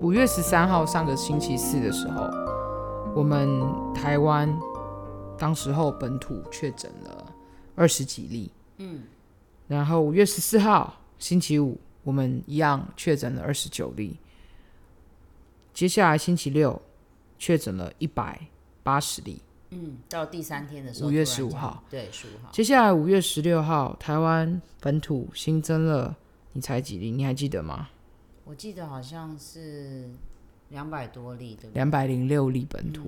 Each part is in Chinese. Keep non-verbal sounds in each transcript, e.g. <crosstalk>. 五月十三号上个星期四的时候，我们台湾当时候本土确诊了二十几例，嗯，然后五月十四号星期五，我们一样确诊了二十九例，接下来星期六确诊了一百八十例，嗯，到第三天的时候， 5月突然间15号，对，十五号，接下来五月十六号，台湾本土新增了，你猜几例？你还记得吗？我记得好像是两百多例，对不对？两百零六例本土。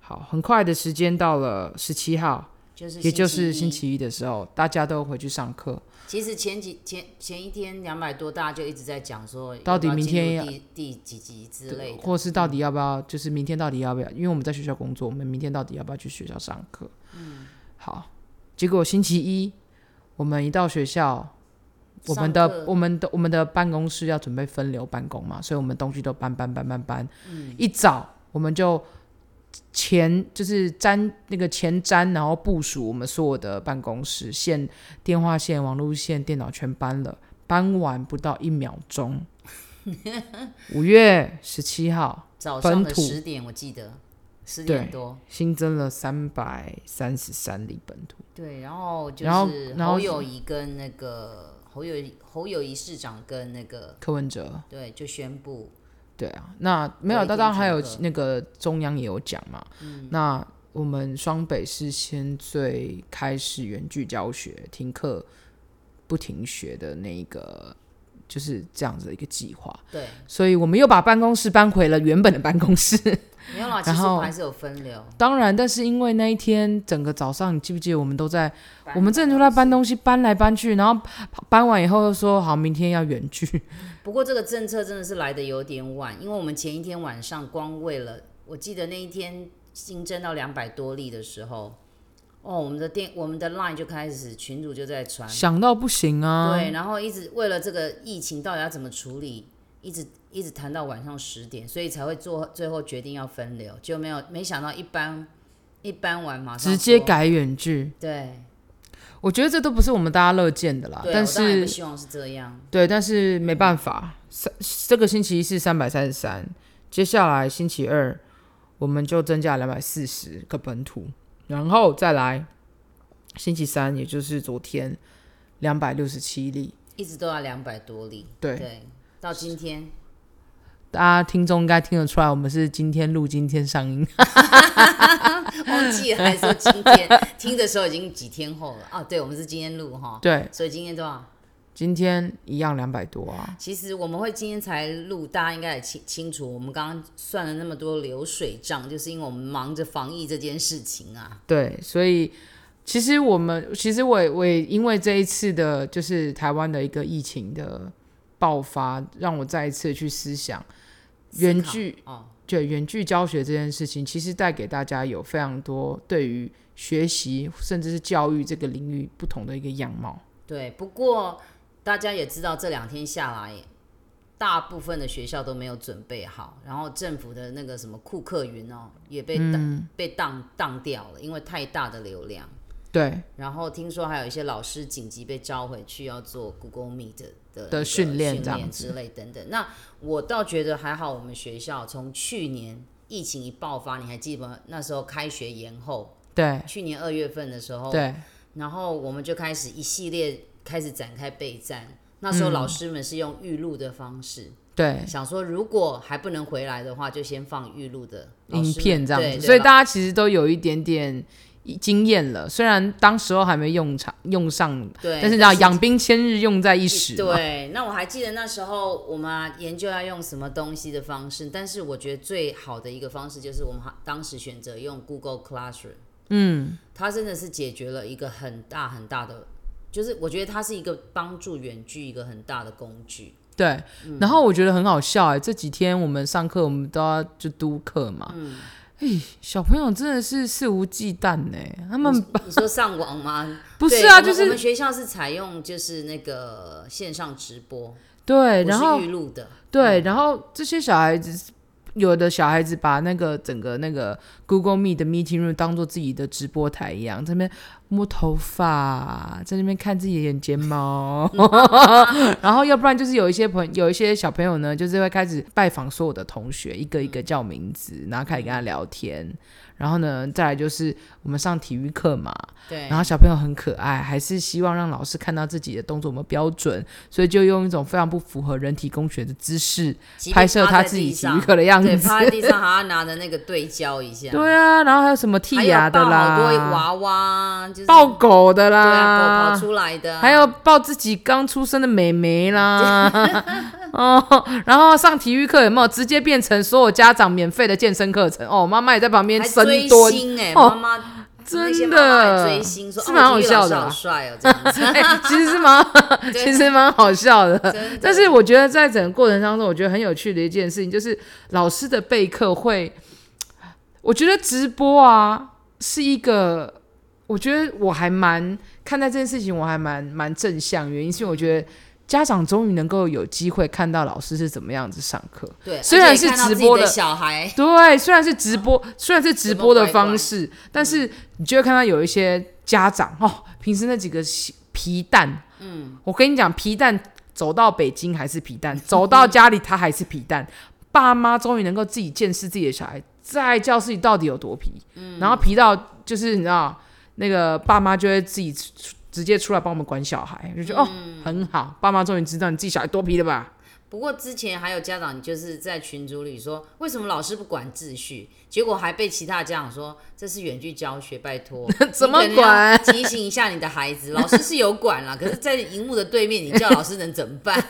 好，很快的时间到了十七号，就是也就是一星。期一的时候，大家都回去上课。其实前几前前一天两百多，大家就一直在讲说，到底明天要不要进入第第几集之类的。或是到底要不要，就是明天到底要不要？因为我们在学校工作，我们明天到底要不要去学校上课？嗯，好。结果星期一，我们一到学校，我们上的课我们的我们的办公室要准备分流办公嘛，所以我们东西都搬搬搬搬搬。嗯一早我们就前就是粘那个前瞻，然后部署我们所有的办公室线、电话线、网路线、电脑全搬了。搬完不到一秒钟，五月十七号早上的本土十点，我记得十点对多，新增了三百三十三例本土，对，然后就然后是然后侯友谊跟那个侯友谊侯友谊市长跟那个柯文哲对就宣布，对啊，那没有，对当然一定嗯还有整个那个中央也有讲嘛，那我们双北是先最开始远距教学，停课不停学的那一个。就是这样子的一个计划，对，所以我们又把办公室搬回了原本的办公室。 <laughs> 没有啦，其然实我后们还是有分流，当然，但是因为那一天整个早上，你记不记得我们都在搬我们真的就在搬东西，搬来搬去，然后搬完以后又说好，明天要远距。不过这个政策真的是来的有点晚，因为我们前一天晚上光为了，我记得那一天新增到两百多例的时候，哦，我们的电我们的 Line 就开始群主就在传，想到不行啊，对，然后一直为了这个疫情到底要怎么处理，一直一直谈到晚上十点，所以才会做最后决定要分流，就没有没想到一搬一搬完马上直接说，改远距。对，我觉得这都不是我们大家乐见的啦，对，啊但我当然也不是希望是这样，对，但是没办法，三这个星期一是三百三十三，接下来星期二我们就增加两百四十个本土，然后再来星期三，也就是昨天两百六十七例。一直都要两百多例，对对，到今天。大家听众应该听得出来，我们是今天录，今天上映。忘记了还说今天 <laughs> 听的时候已经几天后了啊？对，我们是今天录哈，对，所以今天多少？今天一样两百多啊，其实我们会今天才录，大家应该也清清楚，我们刚刚算了那么多流水账，就是因为我们忙着防疫这件事情啊。对，所以其实我们，其实我也我也因为这一次的，就是台湾的一个疫情的爆发，让我再一次去思想远思考距哦，对远距教学这件事情，其实带给大家有非常多对于学习甚至是教育这个领域不同的一个样貌。对，不过大家也知道，这两天下来，大部分的学校都没有准备好，然后政府的那个什么库克云哦，也被当、嗯被当当掉了，因为太大的流量。对然后听说还有一些老师紧急被召回去要做 Google Meet 的的的那个训训练这样练子之类等等。那我倒觉得还好，我们学校从去年疫情一爆发，你还记得吗？那时候开学延后，对去年二月份的时候，对，然后我们就开始一系列开始展开备战。那时候老师们是用预录的方式，嗯对，想说如果还不能回来的话，就先放预录的老师影们片这样对子，对所以老大家其实都有一点点经验了。虽然当时候还没用上用上，对，但是你知道养兵千日，用在一时。，对，那我还记得那时候我们啊研究要用什么东西的方式，但是我觉得最好的一个方式就是我们哈当时选择用 Google Classroom。嗯，它真的是解决了一个很大很大的，就是我觉得它是一个帮助远距一个很大的工具。对。嗯然后我觉得很好笑哎、这几天我们上课，我们都要就督课嘛。嗯哎、小朋友真的是肆无忌惮呢、他们你说上网吗？ <laughs> 不是对啊，我们就我们是学校是采用就是那个线上直播，对，不然后是预录的。对，然后这些小孩子有的小孩子把那个整个那个 Google Meet 的 meeting room 当做自己的直播台一样，在那边摸头发，在那边看自己的眼睫毛， <laughs> 然后要不然就是有一些朋有一些小朋友呢，就是会开始拜访所有的同学，一个一个叫名字，然后开始跟他聊天。然后呢，再来就是我们上体育课嘛，对然，后小朋友很可爱，还是希望让老师看到自己的动作有没有标准，所以就用一种非常不符合人体工学的姿势即便拍摄趴他在自己地体育上课的样对，子。趴在地上还要拿着那个对焦一 <laughs> 下，对啊，然后还有什么还剔有牙的抱啦，好多娃娃，就是抱狗的对啦，啊，狗跑出来的，还有抱自己刚出生的妹妹 <laughs> 啦，哦，然后上体育课有没有直接变成所有家长免费的健身课程？哦，妈妈也在旁边还深追 <laughs> 蹲，星哎，哦妈妈那些真妈妈还的追星，说是蛮哦好体育老笑师的啊好啦。帅哦，<laughs> 这样子，哎、其实是蛮， <laughs> 对其实蛮好笑的。真的但是我觉得在整个过程当中，我觉得很有趣的一件事情就是老师的备课会，我觉得直播啊是一个，我觉得我还蛮看待这件事情，我还蛮蛮正向，原因是因为我觉得。家长终于能够有机会看到老师是怎么样子上课，对，虽然而且是看到直自己播的的小孩，对，虽然是直播，虽然是直播的方式，但是你就会看到有一些家长哦，平时那几个皮皮蛋，嗯，我跟你讲，皮蛋走到北京还是皮 <laughs> 蛋，走到家里他还是皮蛋。爸妈终于能够自己见识自己的小孩在教室里到底有多皮，然后皮到就是你知道，那个爸妈就会自己出直接出来帮我们管小孩，就觉得、哦很好，爸妈终于知道你自己小孩多皮了吧？不过之前还有家长就是在群组里说，为什么老师不管秩序？结果还被其他家长说这是远距教学，拜托， <laughs> 怎么你可能要管提醒一下你的孩子，老师是有管 <laughs> 啦，可是，在荧幕的对面，你叫老师能怎么办？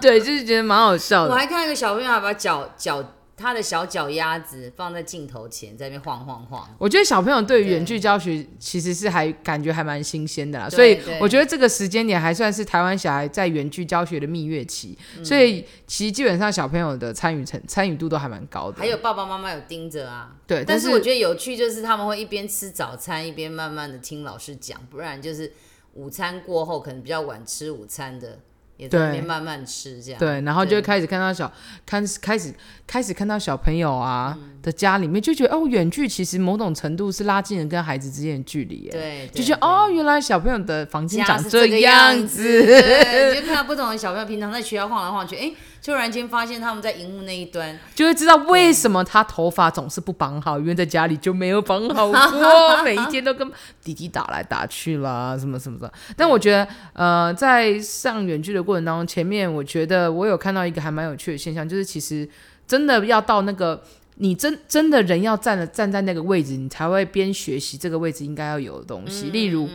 对，就是觉得蛮好笑我的。还看到一个小朋友还把脚脚他的小脚丫子放在镜头前，在那边晃晃晃。我觉得小朋友对于对远距教学其实是还感觉还蛮新鲜的啦，对所以对我觉得这个时间点还算是台湾小孩在远距教学的蜜月期，嗯所以其实基本上小朋友的参与程参与度都还蛮高的。还有爸爸妈妈有盯着啊，对，但是是我觉得有趣就是他们会一边吃早餐一边慢慢的听老师讲，不然就是午餐过后可能比较晚吃午餐的，也在那边对慢慢吃这样。对，然后就对会开始看到小，看开始开始看到小朋友啊、嗯的家里面，就觉得哦，远距其实某种程度是拉近人跟孩子之间的距离耶，对，就对 <laughs> 觉得。哦，原来小朋友的房间家长是这个样子，对，你就看到不同的小朋友平常在学校晃来晃去，哎、突然间发现他们在荧幕那一端，就会知道为什么他头发总是不绑好，因为在家里就没有绑好过，每一天都跟弟弟打来打去啦，什么什么的。但我觉得，呃，在上远距的过程当中，前面我觉得我有看到一个还蛮有趣的现象，就是其实真的要到那个。你真真的人要站了站在那个位置，你才会边学习这个位置应该要有的东嗯西。例如，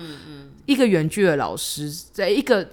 一个远距的老师，在一个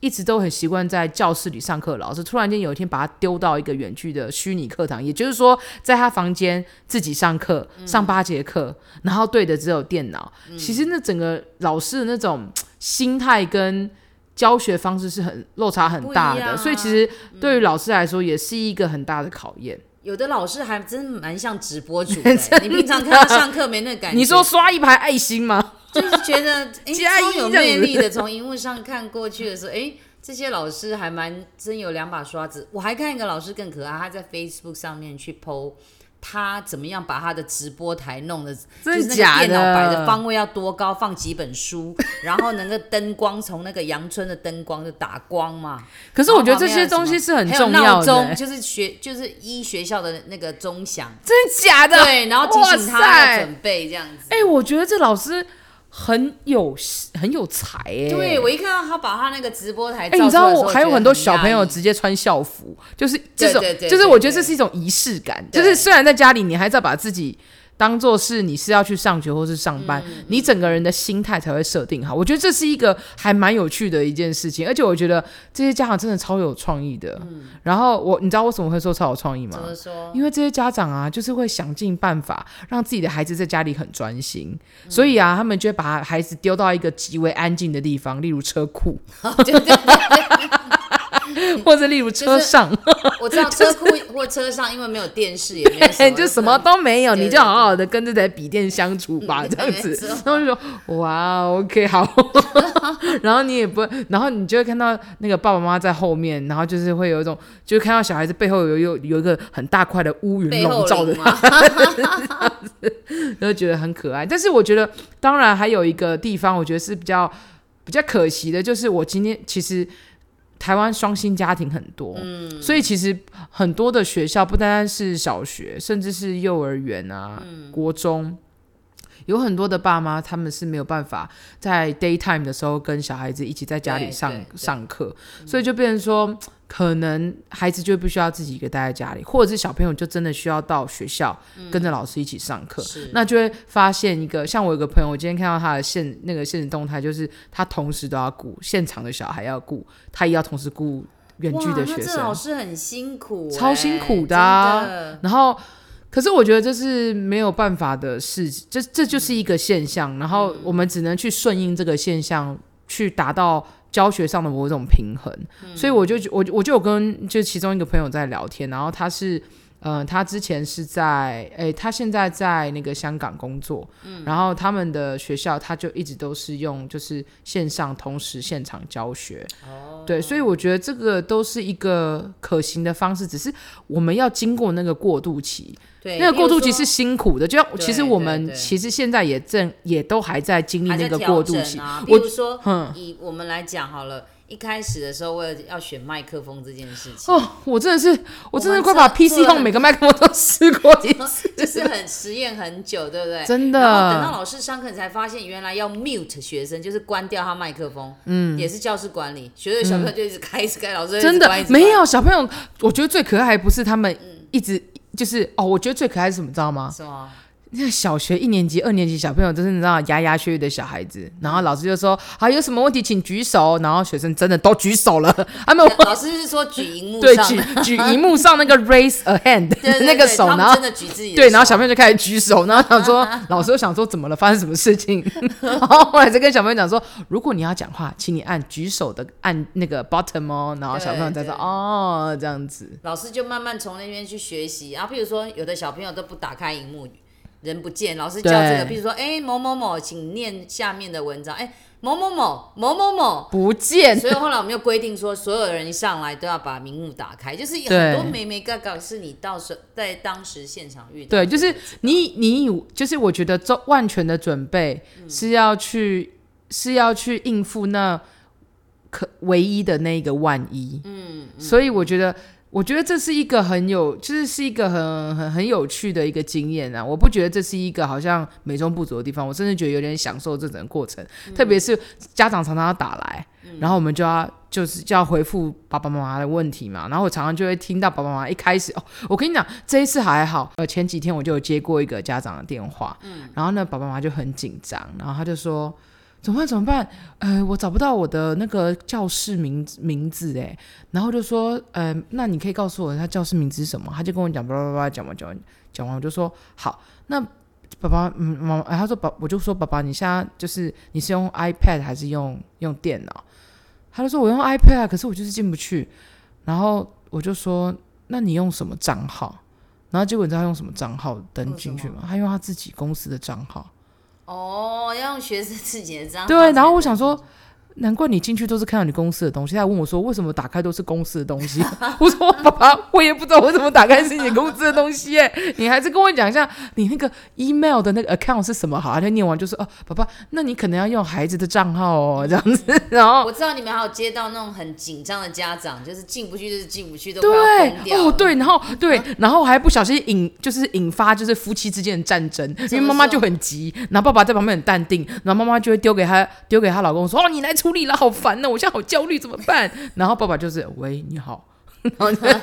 一直都很习惯在教室里上课的老师，突然间有一天把他丢到一个远距的虚拟课堂，也就是说，在他房间自己上课，嗯上八节课，然后对的只有电脑。其实那整个老师的那种嘖心态跟教学方式是很落差很大不一样的，啊所以其实对于老师来说也是一个很大的考验。有的老师还真蛮像直播主的 <laughs> 欸、你平常看他上课没那感觉，你说刷一排爱心吗？就是觉得哎、加一超有这样魅子力的。从荧幕上看过去的时候，哎、这些老师还蛮真有两把刷子。我还看一个老师更可爱，他在 Facebook 上面去 PO 他怎么样把他的直播台弄的，真的就是那个假的电脑摆的方位要多高，放几本书，然后能够灯光从那个阳春的灯光就打光嘛。可可是我觉得这些东西是很重哦还有要闹的、钟欸，就是学就是一学校的那个 <laughs> 钟响，真的假的？对，然后提醒哇他塞要准备这样子。哎、我觉得这老师很有很有才哎、对，我一看到他把他那个直播台哎、照你出知来道的时候，我还有觉得很多压小朋友抑直接穿校服，就是这种，对对对就是对我觉得对这是一种仪式感，就对是虽然在家里，你还是要把自己当做是你是要去上学或是上班，嗯你整个人的心态才会设定好。我觉得这是一个还蛮有趣的一件事情，而且我觉得这些家长真的超有创意的。然后我，你知道为什么会说超有创意吗嗯怎？么说？因为这些家长啊，就是会想尽办法让自己的孩子在家里很专心，所以啊，他们就会把孩 <laughs> 子丢到一个极为安静的地方，例如车库。对对对对或者例如车上， <laughs> 我知道车库或车上，因为没有电视，也没有什么， <laughs> 就什么都没有，对你就好好的跟这台笔电相处吧，嗯这样没子错。然后就说哇，OK，好。哦 <laughs> 然后你也不，然后你就会看到那个爸爸妈妈在后面，然后就是会有一种，就看到小孩子背后有有有一个很大块的乌云背笼后罩着领吗？就觉得很可爱。但是我觉得，当然还有一个地方，我觉得是比较比较可惜的，就是我今天其实台湾双薪家庭很多，嗯，所以其实很多的学校不单单是小学，甚至是幼儿园啊、嗯国中。有很多的爸妈，他们是没有办法在 daytime 的时候跟小孩子一起在家里对上对对嗯上课，所以就变成说，可能孩子就必须要自己一个待在家里，或者是小朋友就真的需要到学校嗯跟着老师一起上 <laughs> 课。是那就会发现一个，像我有个朋友，我今天看到他的现那个现实动态，就是他同时都要顾现场的小孩要顾，他也要同时顾远距的哇学那这老生，师很辛苦、欸，超辛苦的、的啊嗯然后。可是我觉得这是没有办法的事，这这就是一个现象，然后我们只能去顺应这个现象，去达到教学上的某种平衡。所以我就我我就有跟就其中一个朋友在聊天，然后他是。呃，他之前是在，诶、他现在在那个香港工作，然后他们的学校他就一直都是用就是线上同时现场教学，哦、对，所以我觉得这个都是一个可行的方式，只是我们要经过那个过渡期，对，那个过渡比期如说是辛苦的，就像对其实我对们对其实现在也正也都还在经历还那在个调过渡整期，啊。比我如说，以我们来讲好了，一开始的时候，为了要选麦克风这件事情， <laughs> 哦，我真的是，我真的我们快把这 PC 做了 Home 每个麦克风都试过 <laughs> 一次，就是很实验很久，对不对？真的然后等到老师上课，你才发现原来要 mute 学生，就是关掉他麦克风。嗯，也是教室管理，学生小朋友就一直开，一直开，老师就一直真的关一直关没有小朋友。我觉得最可爱还不是他们一直就是哦，我觉得最可爱是什么，你知道吗？是吗？那小学一年级、二年级小朋友，就是你知道牙牙学语的小孩子，然后老师就说好，有什么问题请举手，然后学生真的都举手了，他们老师是说举荧幕对上举的，举荧幕上那个 raise a hand 对对对 <laughs> 那个手，他然们后真的举自己的对，然后小手朋友就开始举手，然后想 <laughs> 说，老师就想说怎么了，发生什么事情？然后后来就跟小朋友讲说，如果你要讲话，请你按举手的按那个 button 哦，然后小朋友才说对对哦这样子。老师就慢慢从那边去学习。然后，譬如说，有的小朋友都不打开荧幕，人不见，老师教这个，对譬如说，哎、某某某，请念下面的文章，哎、某某某，某某某。不见， <laughs> 所以后来我们就规定说，所有人一上来都要把荧幕打开，就是很多眉眉角角是你到时候在当时现场遇到对，的。就是你你以就是我觉得周万全的准备嗯是要去、是要去应付那可唯一的那一个万一，嗯，所以我觉得。我觉得这是一个很有，就是是一个很很很有趣的一个经验啊！我不觉得这是一个好像美中不足的地方，我甚至觉得有点享受这整个过程。嗯特别是家长常常要打来，然后我们就要就是就要回复爸爸妈妈的问题嘛。然后我常常就会听到爸爸妈妈一开始哦，我跟你讲，这一次还好，呃，前几天我就有接过一个家长的电话，然后呢，爸爸妈妈就很紧张，然后他就说。怎么办？怎么办？呃，我找不到我的那个教室名名字哎，然后就说，呃，那你可以告诉我他教室名字是什么？他就跟我讲，叭叭叭叭，讲完讲完讲完，我就说好，那爸爸，嗯，妈妈，哎他说爸，我就说爸爸，你现在就是你是用 iPad 还是用用电脑？他就说我用 iPad，啊可是我就是进不去。然后我就说，那你用什么账号？然后结果你知道他用什么账号登进去用吗？他用他自己公司的账号。哦，要用学生自己的章。对，然后我想说，难怪你进去都是看到你公司的东西。他还问我说，为什么打开都是公司的东西？ <laughs> 我说爸爸，我也不知道我怎么打开是你公司的东西耶。 <laughs> 你还是跟我讲一下你那个 email 的那个 account 是什么好。他就念完就说，哦，爸爸，那你可能要用孩子的账号哦，这样子。然后我知道你们还有接到那种很紧张的家长，就是进不去就是进不去，都快要对，疯掉哦了。嗯对，然后对，然后还不小心引就是引发就是夫妻之间的战争，因为妈妈就很急，然后爸爸在旁边很淡定，然后妈妈就会丢给她丢给她老公说哦你来处理了，好烦哦呢、我现在好焦虑，怎么办？然后爸爸就是喂你好，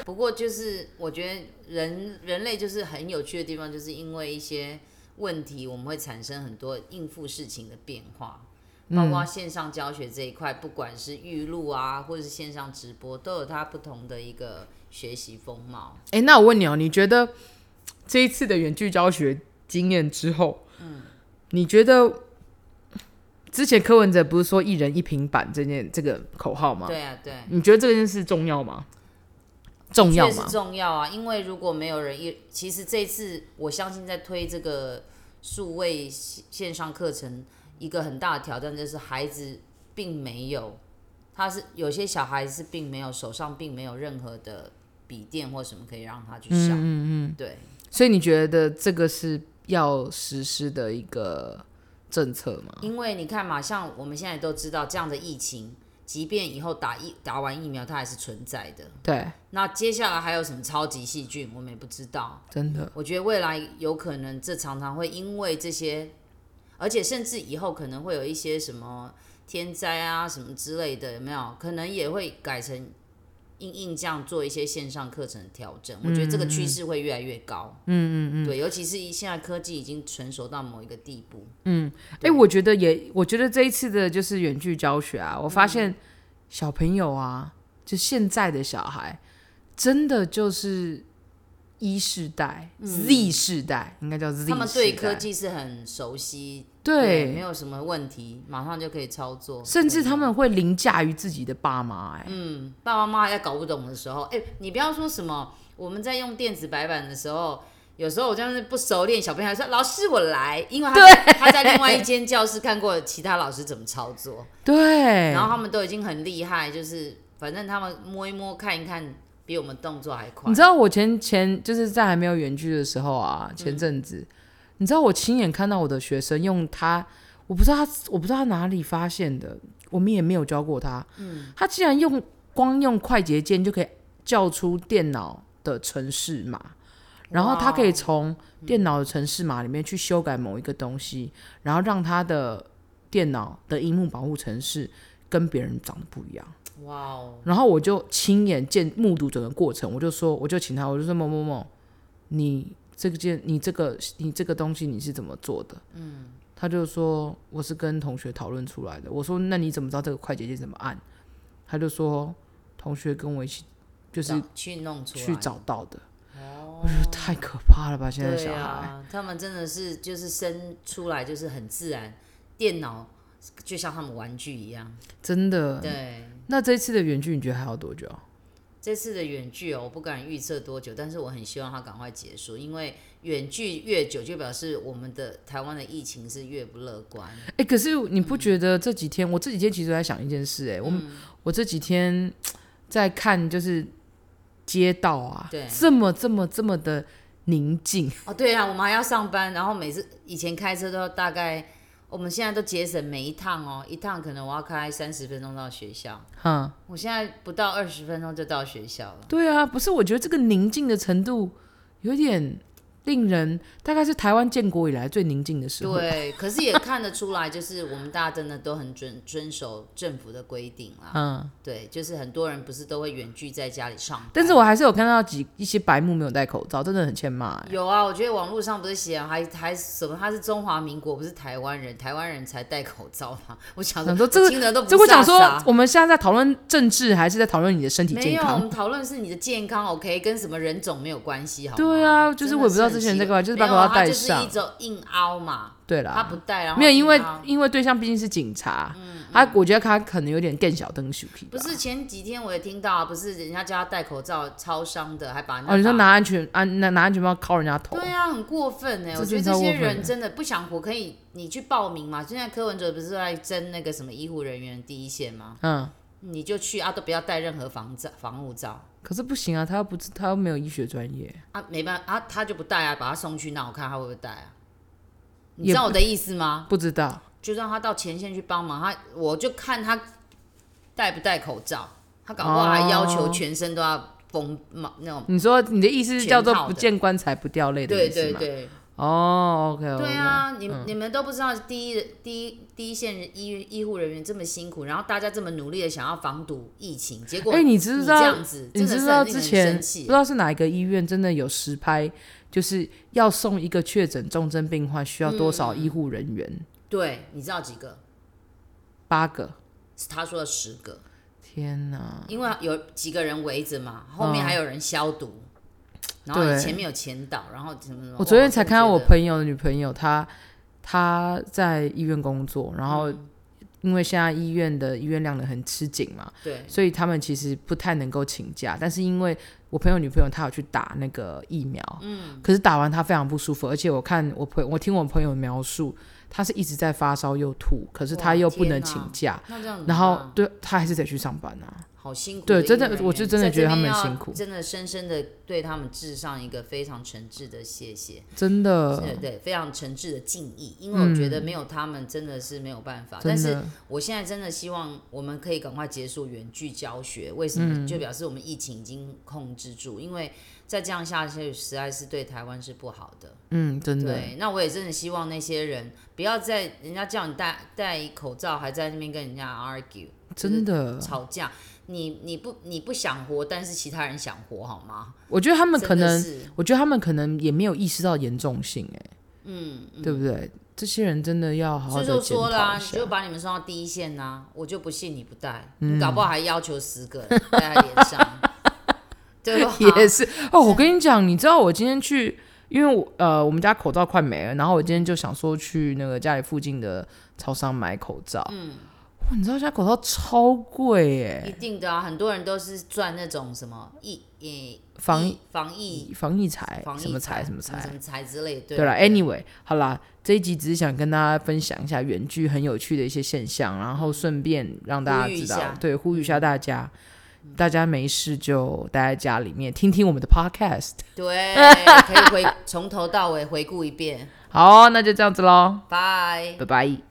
不过就是我觉得人人类就是很有趣的地方，就是因为一些问题，我们会产生很多应付事情的变化，包括线上教学这一块，不管是预录啊，或者是线上直播，都有它不同的一个学习风貌。哎，那我问你哦，你觉得这一次的远距教学经验之后，嗯，你觉得之前柯文哲不是说一人一平板这件这个口号吗？对啊，对，你觉得这件事重要吗？重要确实吗？重要啊，因为如果没有人一，其实这次我相信在推这个数位线线上课程，一个很大的挑战就是孩子并没有，他是有些小孩是并没有手上并没有任何的笔电或什么可以让他去上，嗯嗯对。所以你觉得这个是要实施的一个政策吗？因为你看嘛，像我们现在都知道这样的疫情，即便以后打疫打完疫苗，它还是存在的。对，那接下来还有什么超级细菌，我们也不知道。真的，我觉得未来有可能这常常会因为这些，而且甚至以后可能会有一些什么天灾啊什么之类的，有没有？可能也会改成硬硬这样做一些线上课程的调整。我觉得这个嗯趋势会越来越高。嗯嗯嗯，对，尤其是现在科技已经成熟到某一个地步。哎、我觉得也，我觉得这一次的就是远距教学啊，我发现小朋友啊，就现在的小孩，真的就是一世代、Z 世代，应该叫 Z 世代，他们对科技是很熟悉，对没有什么问题，马上就可以操作。甚至他们会凌驾于自己的爸妈、哎、嗯，爸爸妈妈还在搞不懂的时候，哎、你不要说什么，我们在用电子白板的时候。有时候我真的是不熟练，小朋友还说老师我来，因为他在他在另外一间教室看过其他老师怎么操作， <laughs> 对然，后他们都已经很厉害，就是反正他们摸一摸看一看，比我们动作还快你。知道我前前就是在还没有远距的时候啊，前阵子，你知道我亲眼看到我的学生用他，我不知道他我不知道他哪里发现的，我们也没有教过他，他竟然用光用快捷键就可以叫出电脑的程式码。然后他可以从电脑的程式码里面去修改某一个东西，然后让他的电脑的荧幕保护程式跟别人长得不一样。哇哦，然后我就亲眼见目睹整个过程，我就说，我就请他，我就说某某某，你这个件，你这个你这个东西你是怎么做的？嗯，他就说我是跟同学讨论出来的。我说那你怎么知道这个快捷键怎么按？他就说同学跟我一起就是找去弄出来，哦去找到的。我觉得太可怕了吧，现在对小孩。啊，他们真的是就是生出来就是很自然，电脑就像他们玩具一样。真的，对，那这次的远距你觉得还要多久？这次的远距哦，我不敢预测多久，但是我很希望它赶快结束，因为远距越久，就表示我们的台湾的疫情是越不乐观。哎、可是你嗯不觉得这几天、我这几天其实在想一件事、哎，我、我这几天在看就是街道啊，对这么这么这么的宁静， <laughs> 哦，对啊，我们还要上班，然后每次以前开车都要大概，我们现在都节省每一趟哦，一趟可能我要开三十分钟到学校，哈，我现在不到二十分钟就到学校了。对啊，不是，我觉得这个宁静的程度有点令人，大概是台湾建国以来最宁静的时候，，对，可是也看得出来， <laughs> 就是我们大家真的都很遵遵守政府的规定啦。嗯，对，就是很多人不是都会远距在家里上班但是我还是有看到几一些白目没有戴口罩，真的很欠骂、哎，有啊，我觉得网络上不是写啊还还什么他是中华民国，不是台湾人，台湾人才戴口罩嘛？ <laughs> 我想想说说这个听得都不这我想说傻傻，我们现在在讨论政治，还是在讨论你的身体没健有，我康们？讨论是你的健康，OK，跟什么人种没有关系，好吗？对啊，就是我也不知道之前这这个啊吧，就是把口罩戴啊就是上一。种硬凹嘛，对啦，他不戴，然后没有，因为硬凹因为对象毕竟是警察，他我觉得他可能有点更小灯 s u 嗯不是前几天我也听到啊，不是人家叫他戴口罩，超商的还把人家哦，你说打拿安全安拿拿安全帽敲人家头，对啊，很过分哎、这我觉得真的这超过些分人的真的不想活，可以你去报名嘛？现在柯文哲不是在争那个什么医护人员第一线吗？嗯，你就去啊，都不要带任何防罩、防护罩可是不行啊，他又不是他又没有医学专业，啊，没办法啊，他就不带啊，把他送去那，我看他会不会带啊？你也知道我的意思吗？不知道。就让他到前线去帮忙，他我就看他戴不戴口罩，他搞不好还要求哦全身都要封嘛那种。你说你的意思是叫做全套不的见棺材不掉泪的对意思对吗？对，哦，OK，嗯对啊，你、你们都不知道第一第一第一线人医医护人员这么辛苦，然后大家这么努力的想要防堵疫情，结果哎，你你知这道样子，你真的知是道很令之人前生不气知道是哪一个医院真的有实拍，就是要送一个确诊重症病患需要多少嗯医护人员？对，你知道几个？八个，他说了十个，天哪！因为有几个人围着嘛，后面还有人消毒，然后嗯对前面有前导，然后什么什么。我昨天才看到我朋嗯朋友的女朋友，她她在医院工作，然后因为现在医院的医院量的很吃紧嘛，对，所以他们其实不太能够请假。但是因为我朋友女朋友她有去打那个疫苗，嗯，可是打完她非常不舒服，而且我看我朋我听我朋友描述，她是一直在发烧又吐，可是她哇又不天能哪嗯请假，那这样怎么然后办对她还是得去上班啊。好辛苦对的医护真的人员。欸我就真的在这觉得他边们要辛苦真的深深的对他们致上一个非常诚挚的谢谢，真的，对对，非常诚挚的敬意，因为我觉得没有他们真的是没有办法。但嗯真是的，我现在真的希望我们可以赶快结束远距教学，为什么？嗯就表示我们疫情已经控制住，因为再这样下去实在是对台湾是不好的。嗯，真的，对，那我也真的希望那些人不要在人家叫你戴戴口罩，还在那边跟人家 argue 真的，吵架。你你不你不想活，但是其他人想活，好吗？我觉得他们真可的能，是我觉得他们可能也没有意识到严重性、欸，哎，嗯，对不对？这些人真的要好好所以的就检说啦，讨一你就 <laughs> 下。把你们送到第一线呐、我就不信你不带，你搞不好还要求十个人戴在脸上， <laughs> 对吧？ <laughs> 也是哦，我跟你讲，你知道我今天去，因为我呃，我们家口罩快没了，然后我今天就想说去那个家里附近的超商买口罩。嗯，哇，你知道现在口罩超贵哎、一定的啊，很多人都是赚那种什么疫疫防疫防疫防疫材防疫什么材什什么材什，么财之类的，对对哎了，anyway，好啦，这一集只是想跟大家分享一下远距很有趣的一些现象，然后顺便让大家呼吁一知道下，嗯对，呼吁一下大家，大家没事就待在家里面听听我们的 podcast。对，可以回从头到尾回顾一遍，好，那就这样子喽，拜。拜拜。